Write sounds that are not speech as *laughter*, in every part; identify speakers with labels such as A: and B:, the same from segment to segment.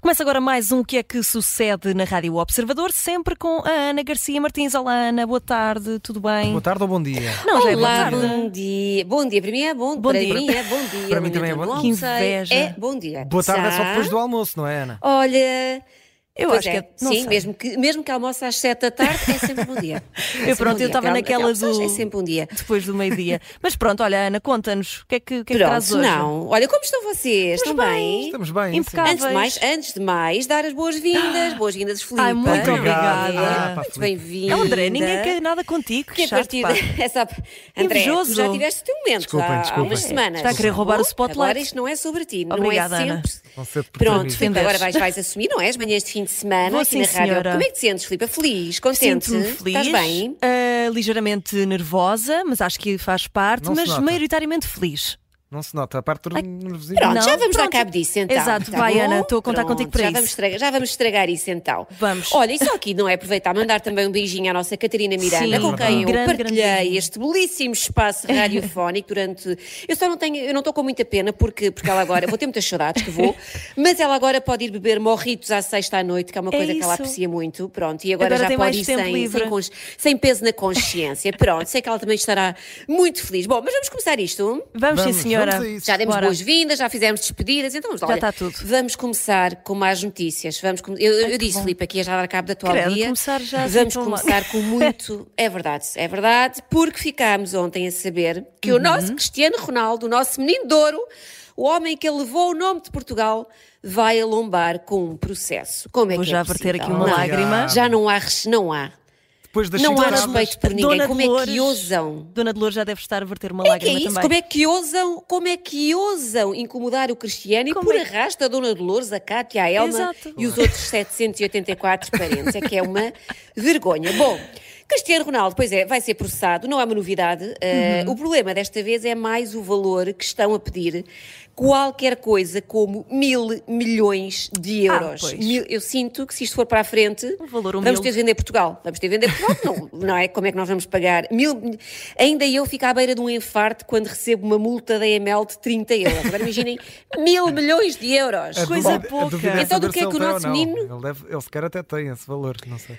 A: Começa agora mais um que é que sucede na Rádio Observador, sempre com a Ana Garcia Martins. Olá, Ana, boa tarde, tudo bem?
B: Boa tarde ou bom dia?
A: Não, já é boa
C: Olá,
A: tarde.
C: bom um dia. Bom dia, para mim é bom,
A: Bom
C: para
A: dia.
C: mim é
A: *laughs*
C: bom dia.
B: Para mim
C: No
B: também é
C: momento
B: bom
C: do
A: dia.
C: almoço
A: Que inveja.
C: É bom dia.
B: Boa tarde é só
C: Sá?
B: depois do almoço, não é, Ana?
C: Olha,
A: Eu
C: pois
A: acho
C: é,
A: que é- não
C: sim,
A: sei.
C: mesmo que mesmo que almoce às sete da tarde é sempre bom
A: *laughs*
C: dia. É sempre
A: pronto,
C: bom
A: eu
C: dia.
A: estava
C: Aquela-
A: naquela
C: aquela
A: do-
C: mensagem É sempre bom dia.
A: Depois do meio-dia.
C: *laughs*
A: Mas pronto, olha, Ana, conta-nos o que é que, o que, é que traz
C: Pronto,
A: hoje.
C: não. Olha, como estão vocês? Estão bem?
B: Estamos bem.
A: Impecável.
C: Antes de mais, antes de mais, dar
A: *gasps*
C: as boas-vindas, boas-vindas, Filipe.
A: Ai, muito
B: Obrigado.
A: obrigada.
B: Ah, pá,
C: muito
B: Filipe.
C: bem-vinda.
A: É o André, ninguém quer nada contigo. Que
C: Porque a
A: chato,
C: partir
A: pá.
C: *laughs* da- essa... André,
A: Invejoso.
C: tu já tiveste o teu momento
B: Desculpem,
C: há, há
B: desculpem.
C: umas semanas.
A: Está a querer roubar o spotlight.
C: Agora isto não é sobre ti, não
A: Obrigada,
C: é
A: Ana.
C: sempre.
B: Vão ser
C: Pronto,
B: protagonistas.
C: Filipe, agora vais, vais assumir, não é? As manhãs de fim de semana
A: Vou
C: aqui
A: sim,
C: na rádio.
A: senhora.
C: Como é que te sentes, Filipe? Feliz? Contente?
A: Sinto-me feliz,
C: Estás bem?
A: ah, ligeiramente nervosa, mas acho que faz parte,
B: Não se
A: mas
B: nota.
A: maioritariamente feliz.
B: Não se nota, a parte do nervosinho.
C: Pronto,
A: Não,
C: já vamos
A: pronto.
C: dar cabo disso então.
A: Exato,
C: tá
A: vai,
C: bom?
A: Ana, estou a contar
C: Pronto,
A: contigo para
C: já
A: isso.
C: Vamos estragar, já vamos estragar isso então.
A: Vamos.
C: Olha, e só aqui não é aproveitar, mandar também um beijinho à nossa Catarina Miranda,
A: Sim,
C: com quem eu
A: grande, grande
C: partilhei
A: beijinho.
C: este belíssimo espaço radiofónico durante. Eu só não tenho, eu não estou com muita pena porque, porque ela agora, vou ter muitas saudades que vou, mas ela agora pode ir beber morritos à sexta à noite, que é uma
A: É
C: coisa que ela
A: isso.
C: aprecia muito. Pronto, e agora,
A: Agora
C: já
A: tem
C: pode
A: mais
C: ir
A: tempo
C: sem,
A: livre.
C: sem, cons- sem peso na consciência. Pronto, sei que ela também estará muito feliz. Bom, mas vamos começar isto.
A: Vamos,
B: Vamos,
A: sim, senhora.
B: vamos a isso.
C: Já demos
A: Bora.
C: boas-vindas, já fizemos despedidas, então vamos lá.
A: Já
C: olha,
A: está tudo.
C: Vamos começar com mais notícias. Vamos com- Eu, eu
A: que
C: disse,
A: bom.
C: Filipe, aqui ia já dar cabo da tua
A: Credo,
C: dia.
A: começar já assim
C: vamos
A: tão logo.
C: começar com
A: *laughs*
C: muito. É verdade, é verdade, porque ficámos ontem a saber que
A: Uhum.
C: o nosso Cristiano Ronaldo, o nosso menino de ouro, o homem que levou o nome de Portugal, vai alombar com um processo. Como é
A: Vou
C: que
A: já
C: é
A: verter aqui
C: possível?
A: uma
C: Não,
A: lágrima.
C: Já não há, res- não há.
B: Depois das
C: Não há
B: chicanadas,
C: respeito por ninguém.
A: Dona
C: Como é
A: Dolores-
C: que ousam?
A: Dona Dolores já deve estar a verter uma
C: É que é
A: lágrima
C: isso?
A: também.
C: Como é que ousam, como é que ousam incomodar o Cristiano e
A: Como
C: por
A: é que-
C: arrasta a Dona Dolores, a Cátia, a Elma
A: Exato.
C: e os outros 784 parentes? É que
A: *laughs*
C: é uma vergonha. Bom, Cristiano Ronaldo, pois é, vai ser processado, não é uma novidade. Uh,
A: Uhum.
C: O problema desta vez é mais o valor que estão a pedir. Qualquer coisa como mil milhões de
A: Ah,
C: euros.
A: pois.
C: Mil- eu sinto que se isto for para a frente,
A: Um valor
C: vamos
A: humilde.
C: ter de vender Portugal. Vamos ter de vender Portugal, não, não é? Como é que nós vamos pagar? Mil... Ainda eu fico à beira de um infarto quando recebo uma multa da ML de 30 euros. Agora imaginem, mil milhões de euros.
B: a
A: Coisa
B: dúvida- a
A: pouca.
B: dúvida
C: Então, do
B: saber
C: que é
B: se
C: que
B: ele
C: o
B: tem
C: nosso
B: ou não.
C: menino-
B: Ele, deve, ele sequer até tem esse valor, não sei.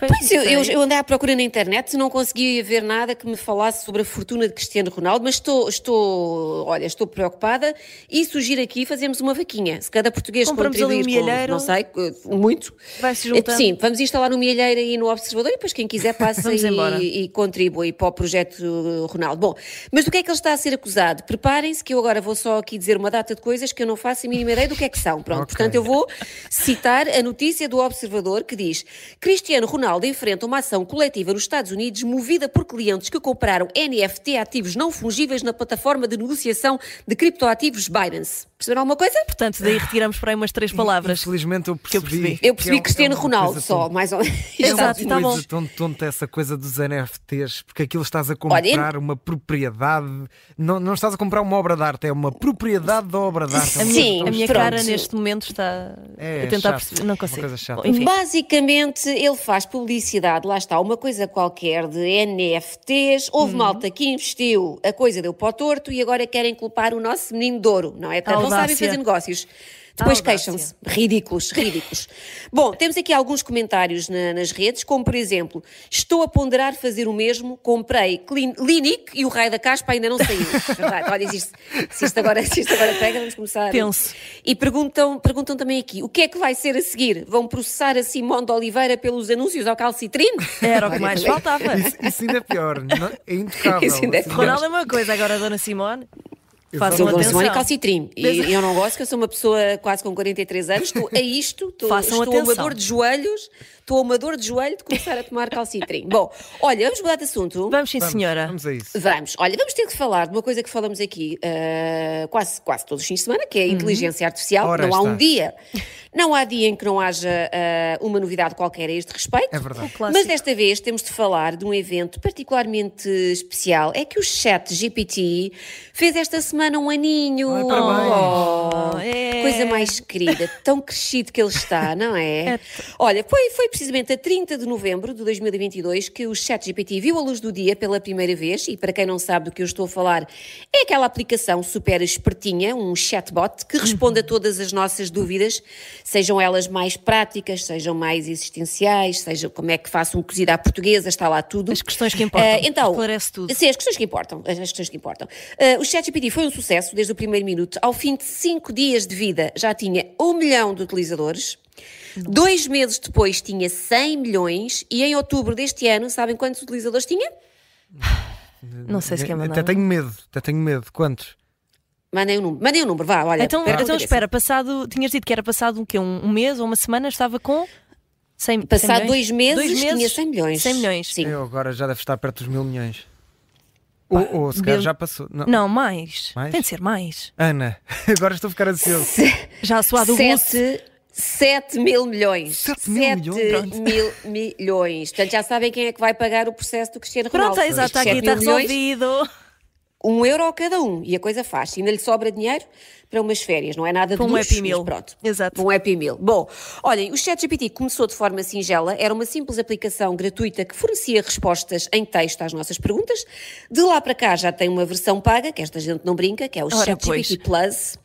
C: Pois, eu, eu, eu andei à procura na internet, não consegui ver nada que me falasse sobre a fortuna de Cristiano Ronaldo, mas estou, estou olha, estou preocupada e sugiro aqui fazermos uma vaquinha. Se cada português
A: Compramos ali um
C: contribuir
A: milheiro.
C: com, não sei, eh, muito. Eh,
A: Vai-se juntando.
C: Sim, vamos instalar um milheiro aí no Observador e depois quem quiser passa
A: Vamos embora.
C: e, e contribui para o projeto Ronaldo. Bom, mas do que é que ele está a ser acusado? Preparem-se que eu agora vou só aqui dizer uma data de coisas que eu não faço a mínima ideia do que é que são. Pronto,
B: Ok.
C: portanto eu vou citar a notícia do Observador que diz: Cristiano Ronaldo enfrenta uma ação coletiva nos Estados Unidos movida por clientes que compraram NFT ativos não fungíveis na plataforma de negociação de criptoativos Binance. Perceberam alguma coisa?
A: Portanto, daí retiramos para aí umas três palavras.
B: Felizmente eu percebi.
A: percebi.
B: que
C: Eu percebi
B: é um-
C: Cristiano
B: é uma
C: Ronaldo
B: coisa
C: só,
B: tão-
C: mais ou menos.
A: Exato, tá
B: uma
A: bom.
B: coisa tão tonta essa coisa dos NFTs, porque aquilo estás a comprar uma propriedade, não, não estás a comprar uma obra de arte, é uma propriedade da obra de arte. é uma coisa
C: Sim,
B: tão
A: A minha
C: Pronto.
A: cara neste momento está
B: É,
A: a tentar
B: chato.
A: perceber. Não
B: Uma
A: consigo.
B: coisa chata.
A: Bom, Enfim.
C: Basicamente, ele faz publicidade, lá está, uma coisa qualquer de NFTs. Houve
A: Uhum.
C: malta que investiu, a coisa deu para o torto e agora querem culpar o nosso menino de ouro, não é? Portanto, não
A: Audácia.
C: sabem fazer negócios. Depois
A: Audácia.
C: queixam-se. Ridículos, ridículos. *laughs* Bom, temos aqui alguns comentários na- nas redes, como por exemplo, estou a ponderar fazer o mesmo, comprei Clin- Clinique e o raio da caspa ainda não
A: *laughs*
C: saiu. Verdade, olha, se isto, se isto agora, se isto agora pega, vamos começar.
A: Tenso.
C: E perguntam, perguntam também aqui: o que é que vai ser a seguir? Vão processar a Simone de Oliveira pelos anúncios ao calcitrino?
A: Era o que mais faltava.
B: *laughs* Isso, isso ainda é pior, não- é intocável.
C: Isso ainda é
B: Assim,
A: Ronaldo é uma coisa, agora a Dona Simone.
B: Exato.
A: Façam
C: Eu gosto
A: atenção.
C: de calcitrino. E eu não gosto, que eu sou uma pessoa quase com 43 anos, estou a
A: *laughs*
C: isto, estou,
A: Façam
C: estou a uma
A: atenção.
C: dor de joelhos, estou a uma dor de joelho de começar a tomar calcitrino. Bom, olha, vamos mudar de assunto.
A: Vamos sim,
B: Vamos,
A: senhora.
B: Vamos a isso.
C: Vamos, olha, vamos ter que falar de uma coisa que falamos aqui ah, quase, quase todos os fins de semana, que é a inteligência artificial.
B: Uhum. Ora
C: não há
B: está.
C: um dia. Não há dia em que não haja ah, uma novidade qualquer a este respeito.
B: É verdade.
A: Clássico.
C: Mas desta vez temos de falar de um evento particularmente especial. É que o chat GPT fez esta semana um aninho.
B: Ai, parabéns.
C: Oh,
A: É.
C: Coisa mais querida. Tão crescido que ele está, não é?
A: É.
C: Olha, foi, foi precisamente a 30 de novembro de 2022 que o ChatGPT viu a luz do dia pela primeira vez. E para quem não sabe do que eu estou a falar, é aquela aplicação super espertinha, um chatbot, que responde a todas as nossas dúvidas, sejam elas mais práticas, sejam mais existenciais, seja como é que faço um cozido à portuguesa, está lá tudo.
A: As questões que importam.
C: Eh, então,
A: Esclarece tudo.
C: Sim, as questões que importam. As as questões que importam. Eh, o ChatGPT foi um sucesso desde o primeiro minuto. Ao fim de cinco dias de vida, já tinha um milhão de utilizadores. Dois meses depois tinha 100 milhões e em outubro deste ano, sabem quantos utilizadores tinha?
A: Não sei se quer mandar.
B: Até tenho medo, até tenho medo. Quantos?
C: Mandem um número, mandem um número, vá, olha.
A: Então,
C: perto da
A: então
C: cabeça.
A: espera, passado, tinhas dito que era passado um, quê? um, um mês ou uma semana, estava com 100
C: Passado
A: 100
C: dois
A: milhões?
C: meses,
A: Dois
C: tinha 100 milhões.
A: 100 milhões.
C: Sim.
B: Eu agora já deve estar perto dos mil milhões. Ou, ou se calhar
A: Bil-
B: já passou. Não.
A: Não, mais.
B: Mais?
A: Tem de ser mais.
B: Ana, *laughs* agora estou a ficar ansioso.
A: Já suado o bolso.
C: 7, 7 mil milhões.
B: Sete mil
C: Sete
B: milhões? Pronto.
C: mil milhões. Portanto, já sabem quem é que vai pagar o processo do Cristiano Ronaldo.
A: Pronto, é exato, está
C: Estes
A: aqui,
C: sete
A: está
C: mil milhões,
A: resolvido.
C: um euro cada um e a coisa faz. Ainda lhe sobra dinheiro para umas férias, não é nada
A: Para
C: de
A: um
C: luxo,
A: Happy Meal.
C: mas pronto.
A: Exato.
C: Um Happy Meal. Bom, olhem, o ChatGPT começou de forma singela, era uma simples aplicação gratuita que fornecia respostas em texto às nossas perguntas. De lá para cá já tem uma versão paga, que esta gente não brinca, que é o
A: Ora,
C: ChatGPT Plus,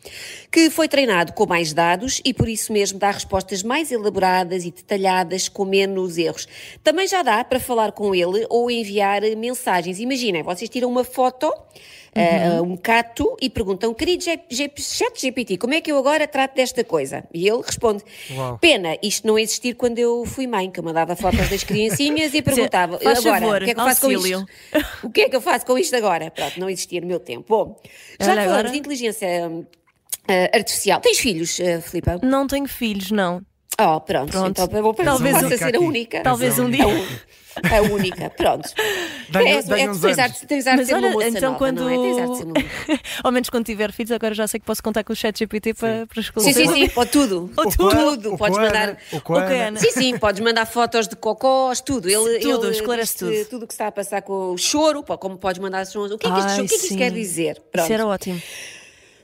C: que foi treinado com mais dados e por isso mesmo dá respostas mais elaboradas e detalhadas, com menos erros. Também já dá para falar com ele ou enviar mensagens. Imaginem, vocês tiram uma foto, eh,
A: Uhum.
C: um cato, e perguntam, querido G- G- ChatGPT, como é que eu agora trato desta coisa? E ele responde,
B: Uau.
C: pena, isto não existir quando eu fui mãe, que eu mandava
A: *laughs*
C: fotos das criancinhas e perguntava,
A: faz
C: agora,
A: favor,
C: o que é que eu faço com
A: auxílio."
C: isto? O que é que eu faço com isto agora? Pronto, não existia no meu tempo. Bom, já
A: Olha,
C: que falamos
A: agora-
C: de inteligência hum, ah, artificial. Tens filhos, ah, Filipa?
A: Não tenho filhos, não. *laughs*
C: Oh, pronto.
A: Pronto.
C: Então eu vou
A: Talvez
C: talvez possa
B: um-
C: ser a única.
A: Talvez um
C: A
A: dia.
C: un- A única, pronto.
B: *laughs* Dá-lhe- um
C: É, é,
B: dá-lhe uns
C: tens ar
B: anos.
C: de- tens ar de
A: Mas
C: ser uma
A: olha,
C: moça
A: então
C: nova,
A: quando.
C: não é? Tens ar de ser uma moça.
A: Ao menos quando tiver filhos, agora já sei que posso contar com o ChatGPT para, para
C: Sim,
A: esclarecer.
C: sim, sim, ou
B: *laughs*
C: tudo.
A: Ou
B: com Ana,
C: tudo,
B: ou
C: podes
B: com Ana,
C: mandar-
B: ou com
A: ou com
B: Ana.
A: Ana.
C: Sim, sim, podes mandar fotos de cocós, tudo. Ele,
A: Tudo,
C: ele
A: esclarece
C: diz-te
A: tudo.
C: Tudo o que está a passar com o choro, pá, como podes mandar sons. O que é que isto,
A: Ai,
C: o que é que isto
A: sim.
C: quer dizer?
A: Isso era ótimo.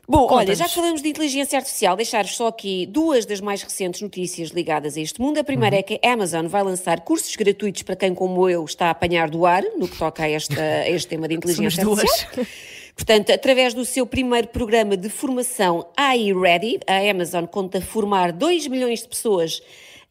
C: Bom, olha,
A: Conta-nos.
C: já que falamos de inteligência artificial, deixar-vos só aqui duas das mais recentes notícias ligadas a este mundo. A primeira
A: Uhum.
C: é que a Amazon vai lançar cursos gratuitos para quem, como eu, está a apanhar do ar no que toca a, esta- a este tema
A: *laughs*
C: de inteligência
A: Somos duas.
C: artificial. Portanto, através do seu primeiro programa de formação AI Ready, a Amazon conta formar 2 milhões de pessoas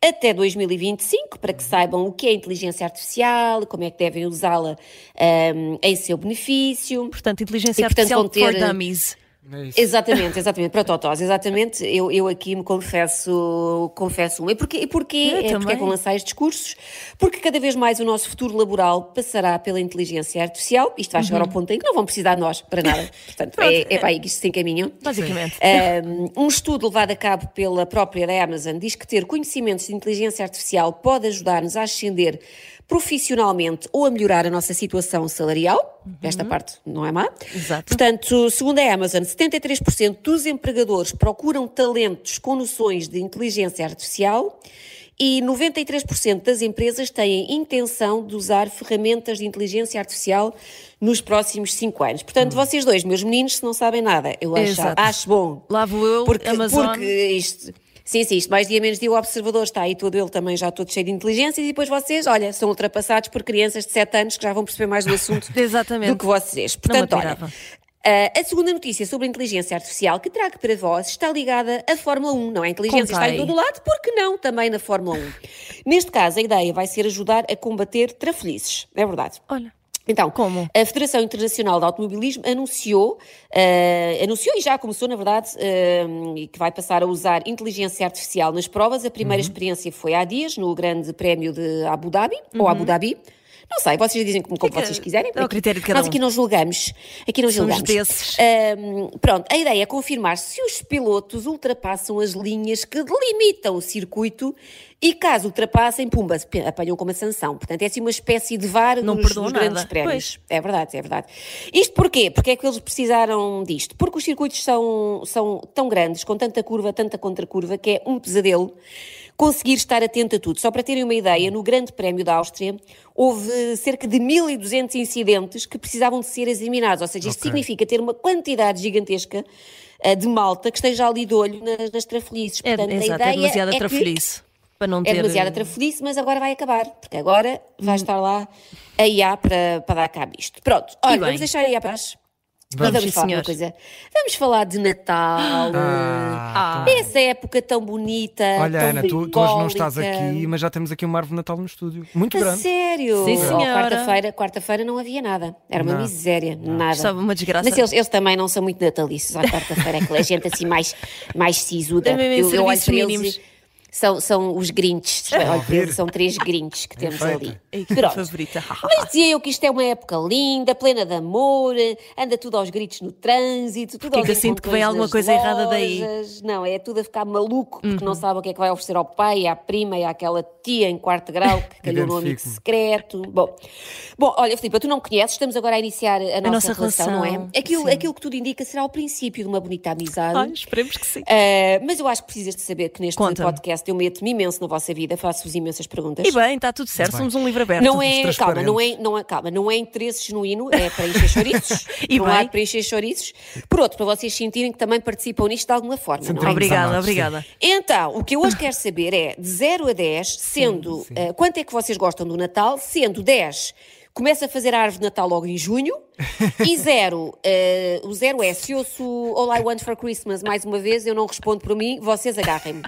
C: até 2025 para que saibam o que é inteligência artificial, como é que devem usá-la ahm, em seu benefício.
A: Portanto, inteligência
C: E, portanto, eh,
A: artificial
C: conter-
A: for dummies.
B: É isso.
C: Exatamente, exatamente, para totós, exatamente. Eu, eu aqui me confesso, confesso uma. E porquê, e porquê,
A: Eu
C: é,
A: também.
C: porquê é que eu lancei estes cursos? Porque cada vez mais o nosso futuro laboral passará pela inteligência artificial. Isto vai chegar ao ponto em que não vão precisar de nós para
A: *laughs*
C: nada. Portanto,
A: Uhum. Pronto.
C: é, é para aí que isto se encaminha.
A: Basicamente.
C: Um, um estudo levado a cabo pela própria da Amazon diz que ter conhecimentos de inteligência artificial pode ajudar-nos a ascender profissionalmente ou a melhorar a nossa situação salarial. Esta parte não é má.
A: Exato.
C: Portanto, segundo a Amazon, 73% dos empregadores procuram talentos com noções de inteligência artificial e 93% das empresas têm intenção de usar ferramentas de inteligência artificial nos próximos 5 anos. Portanto, vocês dois, meus meninos, se não sabem nada, eu acho,
A: Exato.
C: acho bom.
A: Lá vou eu,
C: porque,
A: Amazon.
C: porque isto. Sim, sim, isto mais dia menos dia o observador está aí todo ele também já todo cheio de inteligências e depois vocês, olha, são ultrapassados por crianças de 7 anos que já vão perceber mais
A: *laughs*
C: do assunto
A: Exatamente.
C: É, do que vocês.
A: Não me
C: Portanto, olha,
A: atirava.
C: ah, a segunda notícia sobre a inteligência artificial que trago para vós está ligada à Fórmula 1, não é? A inteligência está em
A: Convém.
C: todo lado, porque não também na Fórmula 1? Neste caso, a ideia vai ser ajudar a combater trafelizes, é verdade.
A: Olha.
C: Então,
A: Como?
C: a Federação Internacional de Automobilismo anunciou, eh, anunciou e já começou, na verdade, eh, e que vai passar a usar inteligência artificial nas provas. A primeira
A: Uhum.
C: experiência foi há dias, no Grande Prémio de Abu Dhabi, ou Abu Dhabi. Não sei, vocês dizem como, como
A: Uhum. Fica-
C: vocês quiserem.
A: é o
C: Aqui-
A: critério de cada
C: Nós
A: um.
C: aqui não julgamos. Aqui não
A: Somos
C: julgamos.
A: desses.
C: Eh, Ahm, pronto, a ideia é confirmar se os pilotos ultrapassam as linhas que delimitam o circuito e caso ultrapassem, pumba, apanham com uma sanção. Portanto, é assim uma espécie de VAR
A: Não
C: dos,
A: perdoam
C: dos grandes
A: nada.
C: prémios. É verdade, é verdade. Isto porquê? Porque é que eles precisaram disto? Porque os circuitos são, são tão grandes, com tanta curva, tanta contracurva, que é um pesadelo conseguir estar atento a tudo. Só para terem uma ideia, no Grande Prémio da Áustria houve cerca de 1.200 incidentes que precisavam de ser examinados. Ou seja, isto
B: Ok.
C: significa ter uma quantidade gigantesca eh, de malta que esteja ali de olho nas, nas trafelizes.
A: É,
C: Portanto, a
A: exato, é
C: ideia
A: demasiada
C: é que-
A: trafelice. Para não ter... eh,
C: É
B: eh,
C: demasiado atrafolhice, mas agora vai acabar, porque agora
B: Uhum.
C: vai estar lá a IA para, para dar cabo disto. Pronto,
A: E
C: olha,
A: bem.
C: vamos deixar a IA para trás.
B: Vamos,
C: Mas vamos
A: sim,
C: falar de
A: senhor.
C: uma coisa. Vamos falar de Natal.
B: Ah,
A: Ah.
B: tá.
C: Essa época tão bonita.
B: Olha,
C: tão
B: Ana, tu, tu hoje não estás
C: bucólica.
B: aqui, mas já temos aqui uma árvore de Natal no estúdio. Muito
C: A
B: grande.
C: sério?
A: Sim,
C: Oh,
A: senhora.
C: quarta-feira, quarta-feira não havia nada. Era uma
B: Não.
C: miséria, nada.
A: Estava uma desgraça.
C: Mas eles, eles também não são muito natalícios à quarta-feira, é aquela gente assim mais, mais sisuda.
A: É mesmo em serviços
C: para eles
A: mínimos.
C: e são, são os grinches. Olho para eles, são três grinches que temos
B: Perfeito.
C: ali.
A: Ei, que
C: Pronto.
A: É favorita. *laughs*
C: Mas dizia eu que isto é uma época linda, plena de amor, anda tudo aos gritos no trânsito, tudo
A: Porque é
C: aos
A: que eu sinto que vem
C: encontrões
A: alguma
C: nas
A: coisa errada daí. Uhum.
C: lojas. Não, é tudo a ficar maluco, porque não sabe o que é que vai oferecer ao pai, à prima e àquela tia em quarto grau que calhou no amigo
B: Identifico-me.
C: secreto. Bom, bom olha, Filipe, tu não me conheces, estamos agora a iniciar a, nossa,
A: nossa
C: relação,
A: relação,
C: não é? Aquilo,
A: sim.
C: aquilo que tudo indica será o princípio de uma bonita amizade.
A: Ai, esperemos que sim.
C: Ah, mas eu acho que precisas de saber que neste
A: Conta-me.
C: podcast eu meto-me imenso na vossa vida, faço-vos imensas perguntas.
A: E bem, está tudo certo,
B: Bem.
A: somos um livro aberto.
C: Não é,
B: Somos
C: calma, não é, não é, calma, não é interesse genuíno, é para encher chouriços.
A: *laughs* E
C: Por um lado,
A: bem.
C: para encher chouriços. Por outro, para vocês sentirem que também participam nisto de alguma forma, não é?
B: Sentimos
A: Obrigada,
B: amados, sim.
A: obrigada.
C: Então, o que eu hoje quero saber é, de 0 a 10, sendo
B: sim.
C: eh, quanto é que vocês gostam do Natal, sendo 10, começa a fazer a árvore de Natal logo em junho,
A: *laughs*
C: e 0, eh, o 0 é, se eu sou All I Want for Christmas mais uma vez, eu não respondo por mim, vocês agarrem-me.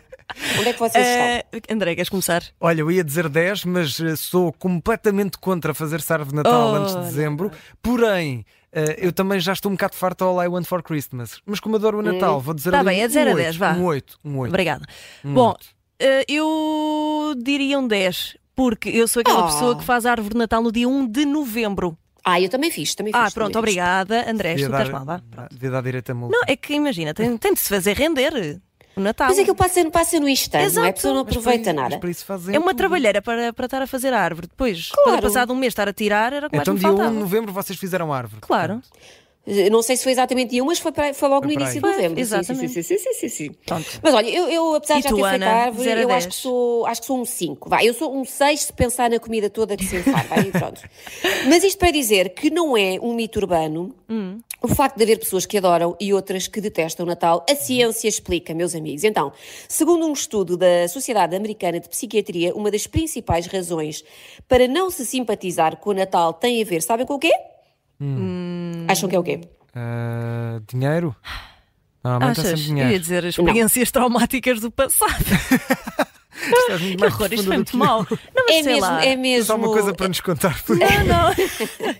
C: Onde é que vocês estão?
A: Eh, André, queres começar?
B: Olha, eu ia dizer 10, mas eh, sou completamente contra fazer-se árvore de Natal
A: Oh,
B: antes de
A: olha.
B: dezembro. Porém, eh, eu também já estou um bocado farto ao All I Want for Christmas. Mas como adoro o Natal, vou dizer
A: Tá
B: ali
A: bem, é de
B: um
A: zero a
B: 8,
A: dez, vá.
B: Um 8, um 8.
A: Obrigada. Bom, eh, eu diria um 10, porque eu sou aquela
C: Ah.
A: pessoa que faz a árvore de Natal no dia 1 de novembro.
C: Ah, eu também fiz, também fiz.
A: Ah,
C: também
A: pronto,
C: fiz.
A: obrigada, André, tu
B: Devia
A: estás
B: dar, eh,
A: mal, vá. Pronto.
B: devia dar direito a multa.
A: Não, é que imagina,
B: *laughs*
A: tem, tem de se fazer render eh, o Natal.
C: Mas é que eu passo no, passo no instante, não é?
A: um Exato.
C: A pessoa
B: Mas
C: não
B: para
C: aproveita
B: isso- mas
C: nada.
B: para isso fazem
A: É uma
B: tudo.
A: trabalheira para, para estar a fazer a árvore. Depois,
C: Claro.
A: para passado um mês estar a tirar, era o que mais
B: Então,
A: me
B: dia 1
A: faltava.
B: de novembro, vocês fizeram árvore.
A: Claro.
C: Eu Não sei se foi exatamente dia 1, mas foi, para- foi logo
B: Foi
C: no
B: para
C: início de
B: aí.
C: novembro.
A: Foi,
C: Sim, sim,
A: exatamente.
C: Sim, sim, sim, sim, sim.
A: Pronto.
C: Mas olha, eu, eu, apesar
A: E
C: de já
A: tu,
C: ter feito a
A: Ana?
C: árvore,
A: Zero a
C: eu
A: dez.
C: acho que, sou, acho que sou um 5. Vai, eu sou um 6 se pensar na comida toda que se faz. Vai,
A: *laughs*
C: pronto. Mas isto para dizer que não é um mito urbano
A: Hum.
C: o facto de haver pessoas que adoram e outras que detestam o Natal. A ciência explica, meus amigos. Então, segundo um estudo da Sociedade Americana de Psiquiatria, uma das principais razões para não se simpatizar com o Natal tem a ver, sabem com o quê? Acham que é o quê?
A: Hum.
B: Ah, dinheiro? Normalmente é
A: Achas?
B: sempre
A: Eu ia
B: dinheiro.
A: dizer experiências traumáticas do
B: *laughs*
A: passado.
B: Isto é muito
A: que
B: mais
A: horror, isto foi
B: profundo do
A: muito
B: *laughs* que eu.
A: mau. Não, mas
C: É
A: sei
C: mesmo,
A: lá.
C: é
B: Tens
C: mesmo.
B: só uma coisa para nos contar. por favor?
A: Não, não. *laughs*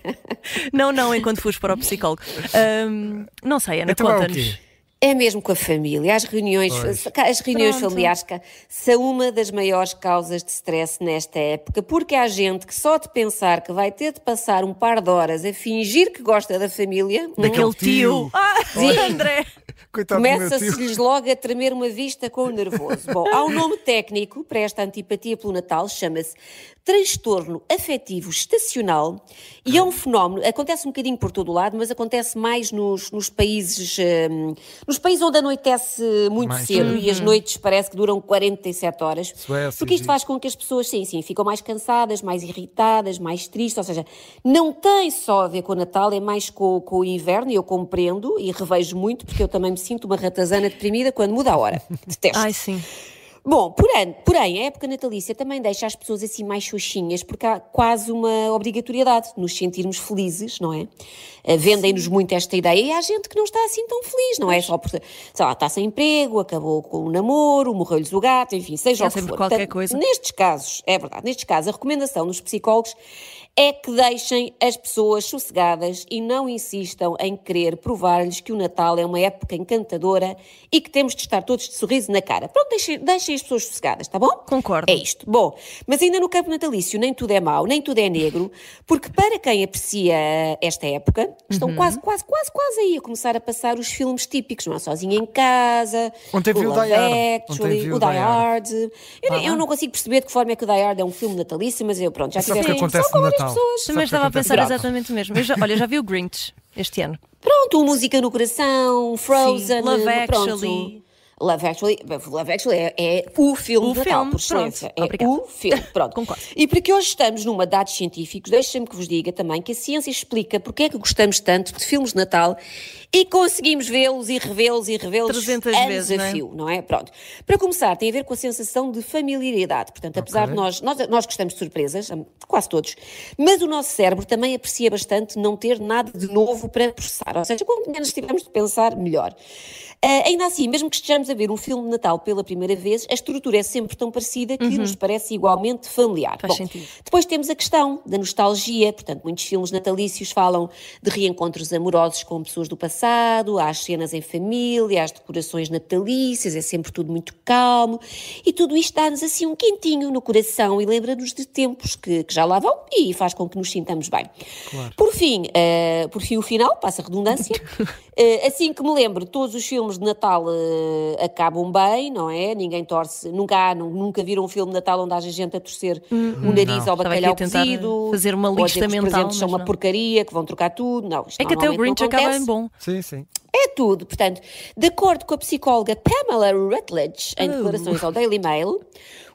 A: não, não, enquanto fores para o psicólogo. Ahm, não sei, Ana,
B: Então é o
A: conta-nos.
B: quê?
C: É mesmo com a família, as reuniões,
B: Pois.
C: as reuniões
A: Pronto.
C: familiares ca- são uma das maiores causas de stress nesta época, porque há gente que só de pensar que vai ter de passar um par de horas a fingir que gosta da família, hum,
A: Aquele tio.
B: É tio.
A: Ah,
C: Olha.
A: André.
B: Coitado do meu tio.
C: começa-se-lhes logo a tremer uma vista com o nervoso. Bom, há um nome técnico para esta antipatia pelo Natal, chama-se transtorno afetivo estacional e é um fenómeno, acontece um bocadinho por todo o lado, mas acontece mais nos, nos países, hum, nos países onde anoitece muito
B: Mais. é
C: cedo e as noites parece que duram 47 horas.
B: Suécia,
C: porque isto
B: Egito.
C: faz com que as pessoas, sim, sim, ficam mais cansadas, mais irritadas, mais tristes, ou seja, não tem só a ver com o Natal, é mais com, com o inverno, e eu compreendo e revejo muito, porque eu também me sinto uma ratazana deprimida quando muda
A: *laughs*
C: a hora. Detesto.
A: Ai, sim.
C: Bom, porém, porém, a época natalícia também deixa as pessoas assim mais xoxinhas, porque há quase uma obrigatoriedade de nos sentirmos felizes, não é? Eh, Vendem-nos muito esta ideia e há gente que não está assim tão feliz, não é? Só porque, sei lá, está sem emprego, acabou com o namoro, morreu-lhes o gato, enfim, seja
A: Há
C: o que
A: sempre
C: for.
A: qualquer
C: Portanto,
A: coisa.
C: Nestes casos, é verdade, nestes casos, a recomendação dos psicólogos é que deixem as pessoas sossegadas e não insistam em querer provar-lhes que o Natal é uma época encantadora e que temos de estar todos de sorriso na cara. Pronto, deixem, deixem as pessoas sossegadas, tá bom?
A: Concordo.
C: É isto. Bom, mas ainda no campo natalício nem tudo é mau, nem tudo é negro, porque para quem aprecia esta época, estão
B: Uhum.
C: quase, quase, quase, quase aí a começar a passar os filmes típicos, não é? Sozinha em Casa,
B: Ontem
C: o
B: vi é o Die
C: Love
B: Hard.
C: Actually,
B: Ontem vi
C: o
B: o
C: Die
B: Die Hard. Ah,
C: Hard. Hard. Eu, nem- eu não consigo perceber de que forma é que o Die Hard é um filme natalício, mas eu, pronto, já
B: Sabe é o
C: tive
B: que
C: essa discussão
B: acontece
C: com
B: no
C: várias
B: Natal?
C: pessoas.
A: Também
B: que
A: estava a
B: acontece
A: pensar
B: bravo.
A: exatamente o mesmo. Eu já- olha, já vi o Grinch este ano.
C: Pronto, o Música no Coração, Frozen,
A: Love
C: pronto.
A: Actually.
C: Love Actually, Love Actually é, é o filme
A: O
C: de Natal,
A: filme,
C: por excelência.
A: pronto.
C: É
A: Obrigada.
C: o
A: *laughs*
C: filme, pronto.
A: Concordo.
C: E porque hoje estamos numa de dados científicos, deixem-me que vos diga também que a ciência explica porque é que gostamos tanto de filmes de Natal e conseguimos vê-los e revê-los e revê-los
A: 300
C: anos
A: vezes,
C: a
A: não é?
C: fio, não é? Pronto. Para começar, tem a ver com a sensação de familiaridade. Portanto, apesar de nós, nós, nós gostamos de surpresas, hum, quase todos, mas o nosso cérebro também aprecia bastante não ter nada de novo para processar. Ou seja, quanto menos tivermos de pensar, melhor. Ah, ainda assim, mesmo que estejamos a ver um filme de Natal pela primeira vez, a estrutura é sempre tão parecida que nos parece igualmente familiar.
A: Uhum. Faz sentido.
C: Depois temos a questão da nostalgia, portanto, muitos filmes natalícios falam de reencontros amorosos com pessoas do passado, há as cenas em família, há as decorações natalícias, é sempre tudo muito calmo e tudo isto dá-nos assim um quentinho no coração e lembra-nos de tempos que, que já lá vão e faz com que nos sintamos bem. Por fim, eh, por fim o final, passa a redundância, Eh, assim que me lembro, todos os filmes de Natal eh, acabam bem, não é? Ninguém torce, nunca há, nu- nunca viram um filme de Natal onde haja gente a torcer o nariz
B: Não.
C: ao
A: Estava aqui
C: bacalhau
A: a tentar
C: cozido,
A: fazer uma
C: ou a
A: lista
C: dizer que os
A: mental,
C: presentes são
A: mas
C: uma
A: não.
C: porcaria, que vão trocar tudo, não. Isto
A: É que até o
C: normalmente não
A: Grinch acaba
C: acontece
A: em bom.
B: Sim, sim.
C: é tudo. Portanto, de acordo com a psicóloga Pamela Rutledge, em
A: Oh.
C: declarações ao Daily Mail,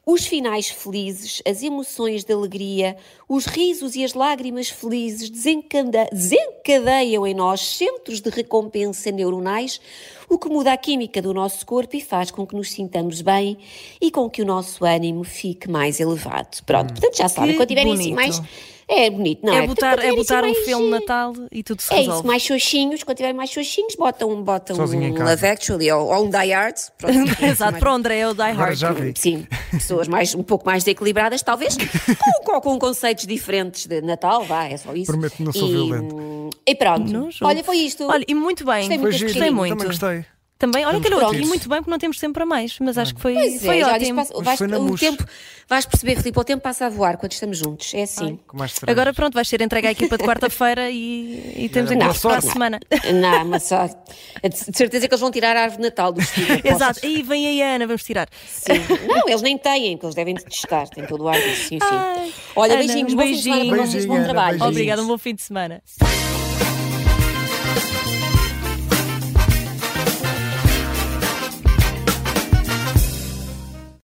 C: os finais felizes, as emoções de alegria, os risos e as lágrimas felizes desencanda- desencadeiam em nós centros de recompensa neuronais, o que muda a química do nosso corpo e faz com que nos sintamos bem e com que o nosso ânimo fique mais elevado. Pronto, portanto, já sabem,
A: Hum. Que
C: quando tiverem assim
A: bonito.
C: mais. É bonito, não é?
A: é
C: Portanto,
A: botar,
C: quando
A: é
C: tiverem assim
A: botar um
C: mais,
A: filme
C: eh,
A: Natal e tudo se
C: é
A: resolve.
C: isso, mais xoxinhos, quando tiverem mais xoxinhos, botam, botam
B: Sozinho em
C: um
B: casa.
C: Love Actually ou, ou um Die Hard.
A: *laughs*
C: Pronto,
A: Exato,
C: Mais-
A: para o André é o Die
B: Agora
A: Hard.
B: já vi.
C: Sim, pessoas mais, um pouco mais
B: *laughs*
C: desequilibradas, talvez, com, com, com conceitos diferentes de Natal, vá, é só isso.
B: Prometo que não sou
C: e,
B: violento.
C: hum, E pronto,
A: Nojo.
C: olha, foi isto.
A: Olha, e muito bem.
B: Foi
C: Gostei muito
B: giro,
C: deste
A: Gostei
C: bocadinho.
A: muito.
B: Também gostei.
A: Também, olha,
B: Vamos
A: calhou
B: curtir.
A: aqui muito bem, porque não temos tempo para mais, mas acho que foi,
C: Pois é,
A: foi
C: já disse,
A: ótimo.
C: passa- vais,
B: foi na
C: o
B: murcha.
C: tempo, vais perceber, Filipe, o tempo passa a voar quando estamos juntos, é assim.
B: Com mais estranho.
A: Agora pronto, vais ser entregue à equipa de quarta-feira e, e temos
B: Olha,
A: aqui
B: boa
A: para a
B: sorte.
A: semana.
C: Não, mas só. De certeza que eles vão tirar a árvore de
A: *laughs*
C: Natal do vestido. posso
A: Exato, aí vem a Ana, vamos tirar.
C: Sim. Não, eles nem têm, porque eles devem testar, têm todo o ar disso, enfim.
A: Ai.
C: Olha,
A: Ana,
C: beijinhos,
A: um
C: bom fim de semana para
B: beijinho.
C: vocês,
B: Beijinho,
C: bom
B: Ana,
C: trabalho.
B: beijinhos.
A: Obrigada, um bom fim de semana.